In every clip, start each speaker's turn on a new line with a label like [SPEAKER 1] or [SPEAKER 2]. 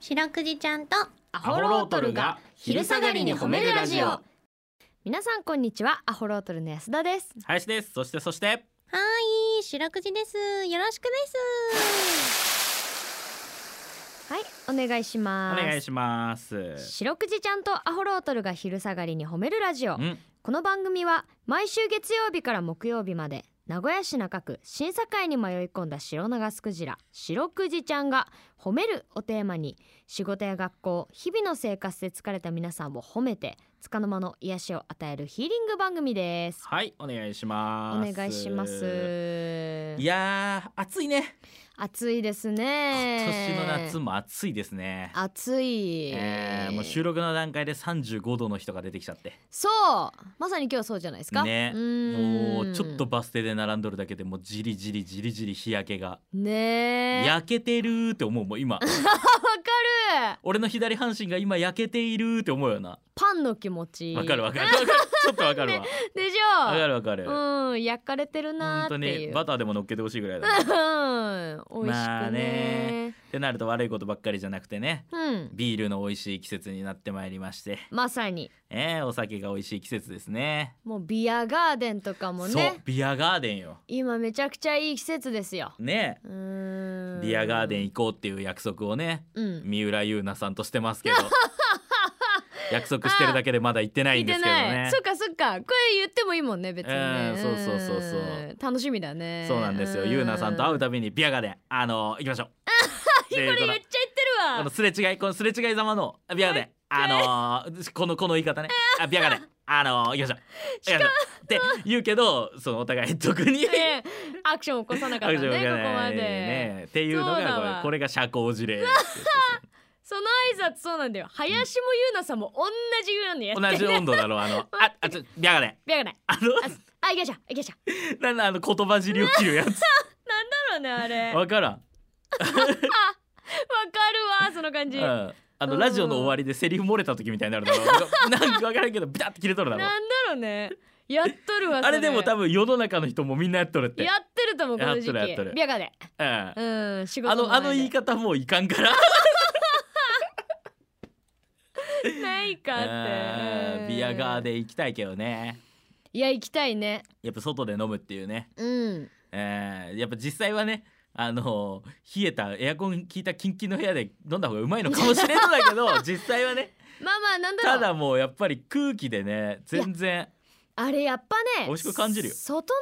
[SPEAKER 1] 白くじちゃんとア
[SPEAKER 2] ホロートルが昼下がりに褒めるラジオ
[SPEAKER 3] 皆さんこんにちはアホロートルの安田です
[SPEAKER 2] 林ですそしてそして
[SPEAKER 1] はーい白くじですよろしくです
[SPEAKER 3] はいお願いし
[SPEAKER 2] お
[SPEAKER 3] ます
[SPEAKER 2] 願いします
[SPEAKER 3] 白くじちゃんとアホロートルが昼下がりに褒めるラジオ
[SPEAKER 2] うん
[SPEAKER 3] この番組は毎週月曜日から木曜日まで名古屋市中区審査会に迷い込んだ白長スクジラ白くじちゃんが褒めるをテーマに仕事や学校日々の生活で疲れた皆さんを褒めて束の間の癒しを与えるヒーリング番組です
[SPEAKER 2] はいお願いし
[SPEAKER 3] お
[SPEAKER 2] ます
[SPEAKER 3] 願いします
[SPEAKER 2] いやー暑いね
[SPEAKER 3] 暑いです
[SPEAKER 2] 今
[SPEAKER 3] ね
[SPEAKER 2] 年の夏も暑いですね
[SPEAKER 3] 暑い、
[SPEAKER 2] えー、もう収録の段階で35度の人が出てきちゃって
[SPEAKER 3] そうまさに今日そうじゃないですか
[SPEAKER 2] ね
[SPEAKER 3] うーん
[SPEAKER 2] もうちょっとバス停で並んどるだけでもうじりじりじりじり日焼けが
[SPEAKER 3] ねえわ
[SPEAKER 2] 焼けてるーって思うもう今
[SPEAKER 3] かる
[SPEAKER 2] 俺の左半身が今焼けているーって思うよな
[SPEAKER 3] パンの気持ち
[SPEAKER 2] わかるわかるちょっとわかるわ
[SPEAKER 3] でし
[SPEAKER 2] わか
[SPEAKER 3] ょ
[SPEAKER 2] るわかる
[SPEAKER 3] うん焼かれてるなーって
[SPEAKER 2] 本
[SPEAKER 3] い
[SPEAKER 2] 当に
[SPEAKER 3] う
[SPEAKER 2] バターでも乗っけてほしいぐらいだねっ
[SPEAKER 3] うん美味し
[SPEAKER 2] まあ
[SPEAKER 3] くね,、
[SPEAKER 2] てなると悪いことばっかりじゃなくてね
[SPEAKER 3] うん
[SPEAKER 2] ビールの美味しい季節になってまいりまして、
[SPEAKER 3] まさに
[SPEAKER 2] えー、お酒が美味しい季節ですね
[SPEAKER 3] もうビアガーデンとかも
[SPEAKER 2] そう
[SPEAKER 3] ね
[SPEAKER 2] ビアガーデンよ
[SPEAKER 3] 今めちゃくちゃいい季節ですよ
[SPEAKER 2] ね
[SPEAKER 3] うーん
[SPEAKER 2] ビアガーデン行こうっていう約束をね
[SPEAKER 3] うん
[SPEAKER 2] 三浦優奈さんとし てますけど約束してるだけでまだ行ってない
[SPEAKER 3] 聞い
[SPEAKER 2] んで
[SPEAKER 3] て
[SPEAKER 2] すけど
[SPEAKER 3] な
[SPEAKER 2] ね
[SPEAKER 3] いそっかそっかこれ言ってもいいもんね別にね
[SPEAKER 2] うんそうそうそうそうん
[SPEAKER 3] 楽しみだね
[SPEAKER 2] そうなんですよ優奈さんと会う
[SPEAKER 3] こ
[SPEAKER 2] たびにビアガーデンあの行き ましょうこ
[SPEAKER 3] れ言っちゃってる
[SPEAKER 2] あの
[SPEAKER 3] わ
[SPEAKER 2] すれ違いこのすれ違いざまのあビアガーデンあのーこのこの言い方ねあビアガーデンあのー行きましょう行きましょうって言うけどそのお互い特に
[SPEAKER 3] ねアクション起こさなかったね
[SPEAKER 2] 拍手
[SPEAKER 3] こ
[SPEAKER 2] が起
[SPEAKER 3] こ
[SPEAKER 2] かな
[SPEAKER 3] ま
[SPEAKER 2] い
[SPEAKER 3] で、
[SPEAKER 2] ねっていうのが
[SPEAKER 3] そうだ
[SPEAKER 2] こ
[SPEAKER 3] わ
[SPEAKER 2] れこれが社交辞令
[SPEAKER 3] その挨拶そうなんだよ林も優奈さんも同じぐらいのやつ
[SPEAKER 2] 同じ温度だろう あのああちょビアガーデン
[SPEAKER 3] ビアガーデン
[SPEAKER 2] あの
[SPEAKER 3] あ、いけちゃう、いけちゃう。
[SPEAKER 2] なんだあの言葉尻を切 るやつ
[SPEAKER 3] なんだろうね、あれ。わ
[SPEAKER 2] わからん、
[SPEAKER 3] かるわ、その感
[SPEAKER 2] う
[SPEAKER 3] じ。なん
[SPEAKER 2] ん、あの
[SPEAKER 3] うん
[SPEAKER 2] ラジオの終わりでセリフ漏れた時みたいになるだろうなんかわからんけどビタッて切れとるだろう
[SPEAKER 3] だろうね。やっとるわ。
[SPEAKER 2] あれでも多
[SPEAKER 3] 分。
[SPEAKER 2] 分世の中の人もみんなやっとるって
[SPEAKER 3] やってると思う、この時
[SPEAKER 2] やっとるやっとる
[SPEAKER 3] 期。ビアガーデ
[SPEAKER 2] うん、あ
[SPEAKER 3] ン。うん、仕事
[SPEAKER 2] のあの言い
[SPEAKER 3] 方。
[SPEAKER 2] 方もういかんから
[SPEAKER 3] ないかって。
[SPEAKER 2] うんビアガー
[SPEAKER 3] ン。
[SPEAKER 2] デン行きたいけどね
[SPEAKER 3] いや、行きたいね。
[SPEAKER 2] やっぱ外で飲むっていうね、
[SPEAKER 3] うん。
[SPEAKER 2] えーやっぱ実際はねあの冷えたエアコン効いたキンキンの部屋で飲んだ方がうまいのかもしれんの だけど実際はね
[SPEAKER 3] まあまあ、なんだろ
[SPEAKER 2] た
[SPEAKER 3] う。
[SPEAKER 2] だもうやっぱり空気でね全然
[SPEAKER 3] あれやっぱね。
[SPEAKER 2] 美味しく感じるよ
[SPEAKER 3] 外飲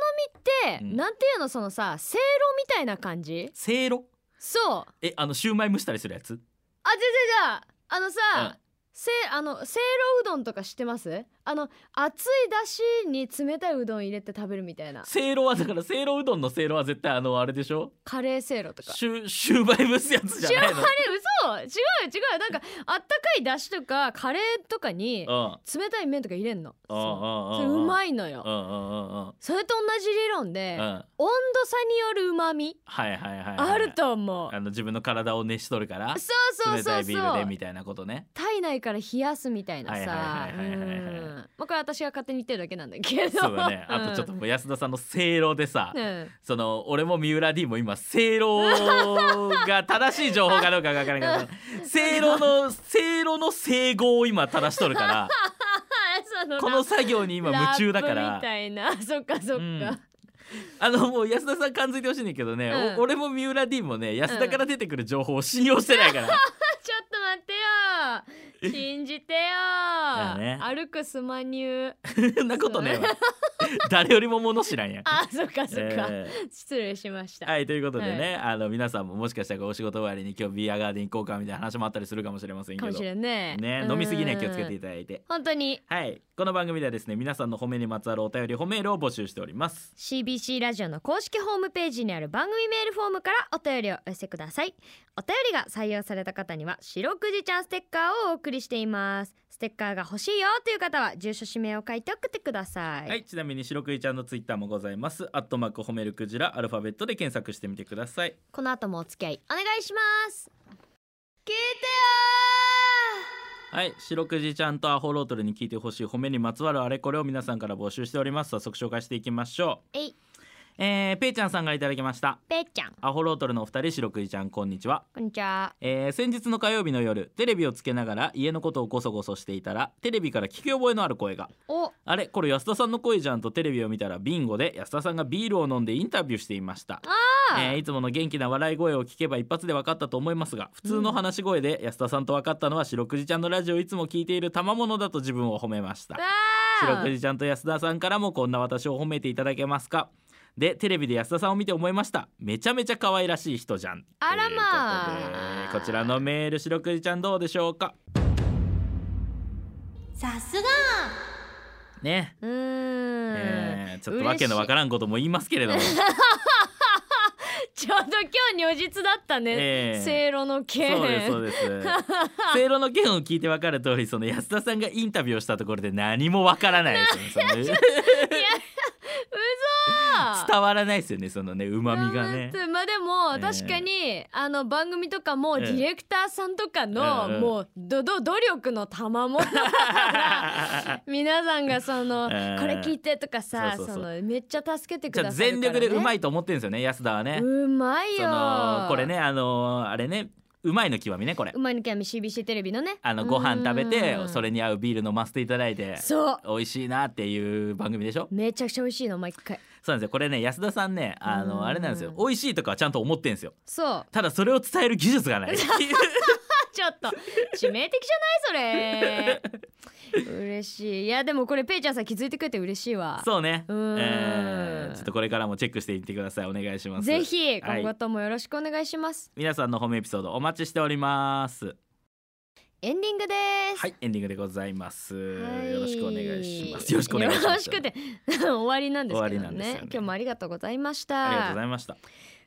[SPEAKER 3] みって、
[SPEAKER 2] うん
[SPEAKER 3] なんていうの、そのさ、せいろみたいな感じ。
[SPEAKER 2] せいろ
[SPEAKER 3] そう。
[SPEAKER 2] えあのシューマイ蒸したりするやつ
[SPEAKER 3] あ、じゃじゃじゃあのさ、
[SPEAKER 2] うん
[SPEAKER 3] せあのせいろうどんとか知ってますあの熱いだしに冷たいうどん入れて食べるみたいな
[SPEAKER 2] せいろはだからせいろうどんのせいろは絶対あのあれでしょ
[SPEAKER 3] カレーせいろとか
[SPEAKER 2] シュシューマイ蒸すやつじゃないの
[SPEAKER 3] あれ嘘違う違うなんかあったかいだしとかカレーとかに
[SPEAKER 2] うん
[SPEAKER 3] 冷たい麺とか入れんの
[SPEAKER 2] うん
[SPEAKER 3] そううんそれ
[SPEAKER 2] うん
[SPEAKER 3] う
[SPEAKER 2] うん
[SPEAKER 3] まいの
[SPEAKER 2] う
[SPEAKER 3] よ
[SPEAKER 2] んうんうんうん
[SPEAKER 3] それと同じ理論で
[SPEAKER 2] うん
[SPEAKER 3] 温度差によるうまみ
[SPEAKER 2] はいはいはいはい
[SPEAKER 3] あると思う
[SPEAKER 2] あの自分の体を熱しとるから
[SPEAKER 3] そうそう
[SPEAKER 2] 冷た
[SPEAKER 3] そう
[SPEAKER 2] いビ
[SPEAKER 3] そ
[SPEAKER 2] ールで
[SPEAKER 3] う
[SPEAKER 2] みたいなことね
[SPEAKER 3] 体内から冷やすみたいな
[SPEAKER 2] は
[SPEAKER 3] さ
[SPEAKER 2] いうはいはいはいはいはい
[SPEAKER 3] んまあこれ私が勝手に言ってるだけなんだけど
[SPEAKER 2] そう だねあとちょっともう安田さんのせいろでさ、
[SPEAKER 3] うんうん
[SPEAKER 2] その俺も三浦 D も今せいろが正しい情報かどうかが分から ないけどせいろのせいろの整合を今正しとるから
[SPEAKER 3] その
[SPEAKER 2] この作業に今夢中だ
[SPEAKER 3] ラッ
[SPEAKER 2] か
[SPEAKER 3] プ
[SPEAKER 2] ら
[SPEAKER 3] み。たいな そっかそっか、
[SPEAKER 2] うんあのもう安田さん感づいてほしいねんだけどね、
[SPEAKER 3] うん
[SPEAKER 2] お俺も三浦 D もね安田から出てくる情報を信用してないから、
[SPEAKER 3] ちょっと待ってよ信じてよ、
[SPEAKER 2] だね
[SPEAKER 3] 歩くスマニュー
[SPEAKER 2] そんなことねえわ 誰よりも物知らんやん。
[SPEAKER 3] あそっかそっか、
[SPEAKER 2] えー
[SPEAKER 3] 失礼しました、
[SPEAKER 2] はいということでね、あの皆さんももしかしたらお仕事終わりに今日ビアガーデン行こうかみたいな話もあったりするかもしれませんけ
[SPEAKER 3] か
[SPEAKER 2] ど
[SPEAKER 3] もしれない
[SPEAKER 2] ね飲みすぎには気をつけてい
[SPEAKER 3] た
[SPEAKER 2] ただいて
[SPEAKER 3] 本当に
[SPEAKER 2] はいこの番組ではですね皆さんの褒めにまつわるお便り褒めールを募集しております
[SPEAKER 3] CBC ラジオの公式ホームページにある番組メールフォームからお便りをお寄せくださいお便りが採用された方には白くじちゃんステッカーをお送りしていますステッカーが欲しいよという方は住所氏名を書いて送ってくださ
[SPEAKER 2] はい、ちなみに白くいちゃんのツイッターもございますアットマーク褒めるクジラアルファベットで検索してみてください
[SPEAKER 3] この後もお付き合いお願いします聞いてよ
[SPEAKER 2] はい白くじちゃんとアホロートルに聞いてほしい褒めにまつわるあれこれを皆さんから募集しております早速紹介していきましょう
[SPEAKER 3] えい
[SPEAKER 2] えー、ペイちゃんさんがいただきました
[SPEAKER 3] ぺっちゃん
[SPEAKER 2] アホロートルのお二人白くじちゃんこんにちは
[SPEAKER 3] こんにちは
[SPEAKER 2] えー先日の火曜日の夜テレビをつけながら家のことをこそこそしていたらテレビから聞き覚えのある声が
[SPEAKER 3] お
[SPEAKER 2] 「あれこれ安田さんの声じゃん」とテレビを見たらビンゴで安田さんがビールを飲んでインタビューしていました
[SPEAKER 3] あ
[SPEAKER 2] えーいつもの元気な笑い声を聞けば一発で分かったと思いますが普通の話し声で安田さんと分かったのは白くじちゃんのラジオをいつも聞いている賜物だと自分を褒めました白くじちゃんと安田さんからもこんな私を褒めていただけますかでテレビで安田さんを見て思いましためちゃめちゃ可愛らしい人じゃん
[SPEAKER 3] あらまあ
[SPEAKER 2] ということでこちらのメール白くじちゃんどうでしょうか
[SPEAKER 1] さすが
[SPEAKER 2] ね、
[SPEAKER 3] うーん、
[SPEAKER 2] えーちょっとわけのわからんことも言います けれども、
[SPEAKER 3] ちょうど今日如実だったね、
[SPEAKER 2] えー
[SPEAKER 3] せいろの件
[SPEAKER 2] そうですそう ですせいろの件を聞いて分かる通りその安田さんがインタビューをしたところで何も分からないですよ ねそのね伝わらないですよねそのねうまみがね
[SPEAKER 3] まあでも
[SPEAKER 2] えー
[SPEAKER 3] 確かに、あの番組とかも
[SPEAKER 2] え
[SPEAKER 3] デ
[SPEAKER 2] え
[SPEAKER 3] ィレクターさんとかの、
[SPEAKER 2] うんうん
[SPEAKER 3] もうどど努力の賜物だから 皆さんがその、
[SPEAKER 2] えー
[SPEAKER 3] これ聞いてとかさ
[SPEAKER 2] そうそうそう
[SPEAKER 3] のめっちゃ助けて
[SPEAKER 2] じ
[SPEAKER 3] く
[SPEAKER 2] ゃあ
[SPEAKER 3] ださる
[SPEAKER 2] 全
[SPEAKER 3] から、
[SPEAKER 2] 力
[SPEAKER 3] ね、
[SPEAKER 2] でうまいと思ってるんですよね安田はね
[SPEAKER 3] うまい
[SPEAKER 2] そ
[SPEAKER 3] よ
[SPEAKER 2] のこれねあのーあれねうまいの極みねこれ
[SPEAKER 3] うまいのきゃみ CBC テレビのね
[SPEAKER 2] あのご飯食べて
[SPEAKER 3] うん
[SPEAKER 2] それに合うビール飲ませていただいて
[SPEAKER 3] そう
[SPEAKER 2] 美味しいなっていう番組でしょ
[SPEAKER 3] めちゃくちゃ美味しいの毎回
[SPEAKER 2] そうなんですよこれね安田さんねあ
[SPEAKER 3] うん
[SPEAKER 2] のあれなんですよ美味しいとかはちゃんと思ってんですよ
[SPEAKER 3] そう
[SPEAKER 2] ただそれを伝える技術がない
[SPEAKER 3] ちょっと致命的じゃないそれ 嬉しいいやでもこれペイちゃんさん気づいてくれて嬉しいわ
[SPEAKER 2] そうね、え
[SPEAKER 3] うーん
[SPEAKER 2] ーちょっとこれからもチェックしていってくださいお願いします
[SPEAKER 3] ぜひ
[SPEAKER 2] は
[SPEAKER 3] 今
[SPEAKER 2] い
[SPEAKER 3] 後ともよろしくお願いします、
[SPEAKER 2] 皆さんの褒めエピソードお待ちしております
[SPEAKER 3] エンディングです
[SPEAKER 2] はいエンディングでございます、
[SPEAKER 3] はい
[SPEAKER 2] よろしくお願いしますよろしくお願いします
[SPEAKER 3] よろしくで 終わりなんですけ
[SPEAKER 2] 終
[SPEAKER 3] ど
[SPEAKER 2] わりなん
[SPEAKER 3] ね
[SPEAKER 2] ですよね
[SPEAKER 3] 今日もありがとうございまし
[SPEAKER 2] ありがとうござ
[SPEAKER 3] た
[SPEAKER 2] いました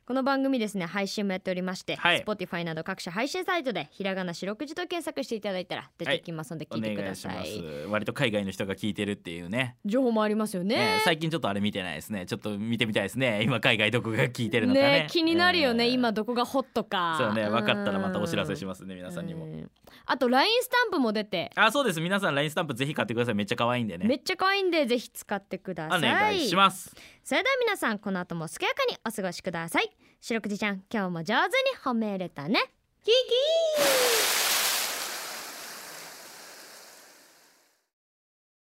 [SPEAKER 3] この番組ですね配信もやっておりまして、
[SPEAKER 2] はい
[SPEAKER 3] Spotify など各種配信サイトでひらがな四六時と検索していただいたら出てきますので
[SPEAKER 2] お
[SPEAKER 3] 聞いてく
[SPEAKER 2] 願
[SPEAKER 3] だ
[SPEAKER 2] いし
[SPEAKER 3] さい,、
[SPEAKER 2] ます割と海外の人が聞いてるっていうね
[SPEAKER 3] 情報もありますよね
[SPEAKER 2] ね最近ちょっとあれ見てないですねちょっと見てみたいです ね今海外どこが聞いてるのかね
[SPEAKER 3] ね気になるよね、
[SPEAKER 2] えー
[SPEAKER 3] 今どこがホットか
[SPEAKER 2] そうね分かったらまたお知らせし
[SPEAKER 3] ま
[SPEAKER 2] ますね皆さんにも
[SPEAKER 3] あと LINE スタンプも出て、
[SPEAKER 2] あそうです皆さん LINE スタンプぜひ買ってくださいめっちゃ可愛いんで
[SPEAKER 3] め
[SPEAKER 2] ね
[SPEAKER 3] っちゃ可愛いんでぜひ使ってくださ
[SPEAKER 2] お
[SPEAKER 3] い
[SPEAKER 2] 願いします
[SPEAKER 3] それでは皆さんこの後も健やかにお過ごしください白くじちゃん今日も上手に褒めれたねキキー